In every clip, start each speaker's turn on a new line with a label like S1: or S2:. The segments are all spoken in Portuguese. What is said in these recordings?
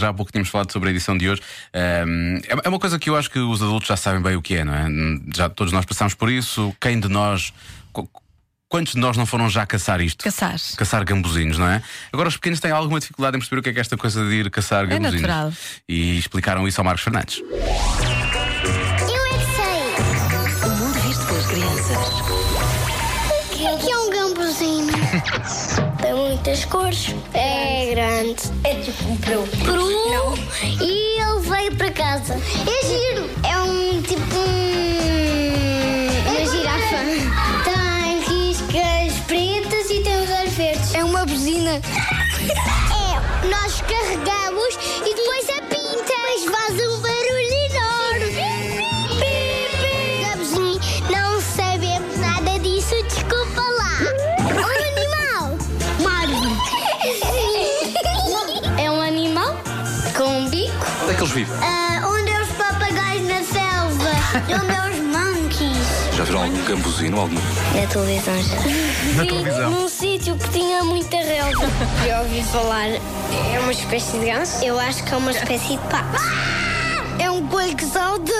S1: já há pouco tínhamos falado sobre a edição de hoje. Ahm, é é uma coisa que eu acho que os adultos já sabem bem o que é, não é? Já todos nós passamos por isso. Quem de nós. qu- Quantos de nós não foram já caçar isto?
S2: Caçar.
S1: Caçar gambuzinhos, não é? Agora os pequenos têm alguma dificuldade em perceber o que é que é esta coisa de ir caçar gambuzinhos.
S2: natural.
S1: E explicaram isso ao Marcos Fernandes.
S3: Eu é que sei.
S4: O mundo visto pelas crianças.
S3: O que é que é um gambuzinho? Tem muitas cores. É grande. É tipo um peru. Peru? E ele veio para casa. É giro. É um tipo um... Uma girafa. Tem riscas pretas e tem os olhos verdes. É uma buzina. É. Nós carregamos e depois a pinta. Mas faz um barulho enorme. Gambuzinho, não sabemos nada disso. Desculpa lá. Um animal. Mário. É um animal com um bico.
S1: Onde é que eles vivem?
S3: onde é os papagaios na selva? onde é os monkeys?
S5: Já viram algum gambuzino? Algum...
S3: Na televisão já.
S1: Na televisão.
S3: Num sítio que tinha muita relva. Já ouvi falar. É uma espécie de ganso? Eu acho que é uma espécie de pato. É um coelho que salta.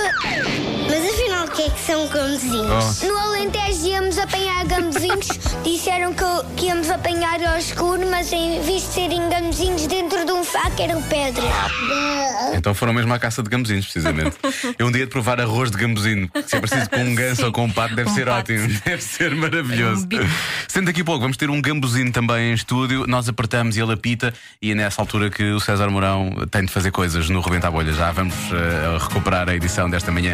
S3: Mas afinal, o que é que são gamozinhos?
S1: Oh.
S3: No Alentejo íamos apanhar gamozinhos. Disseram que, que íamos apanhar ao escuro, mas em vez de serem gamozinhos dentro de um faco, eram pedras. Ah.
S2: É.
S1: Então foram mesmo à caça de gambuzinhos, precisamente. Eu um dia de provar arroz de gambuzinho, porque se é preciso com um ganso
S2: Sim,
S1: ou com um pato, deve
S2: com um
S1: ser
S2: pato.
S1: ótimo, deve ser maravilhoso.
S2: Um bico.
S1: Sendo daqui a pouco, vamos ter um gambuzinho também em estúdio, nós apertamos e ele apita, e é nessa altura que o César Mourão tem de fazer coisas no Rebenta a Bolha. Já vamos eh, recuperar a edição desta manhã.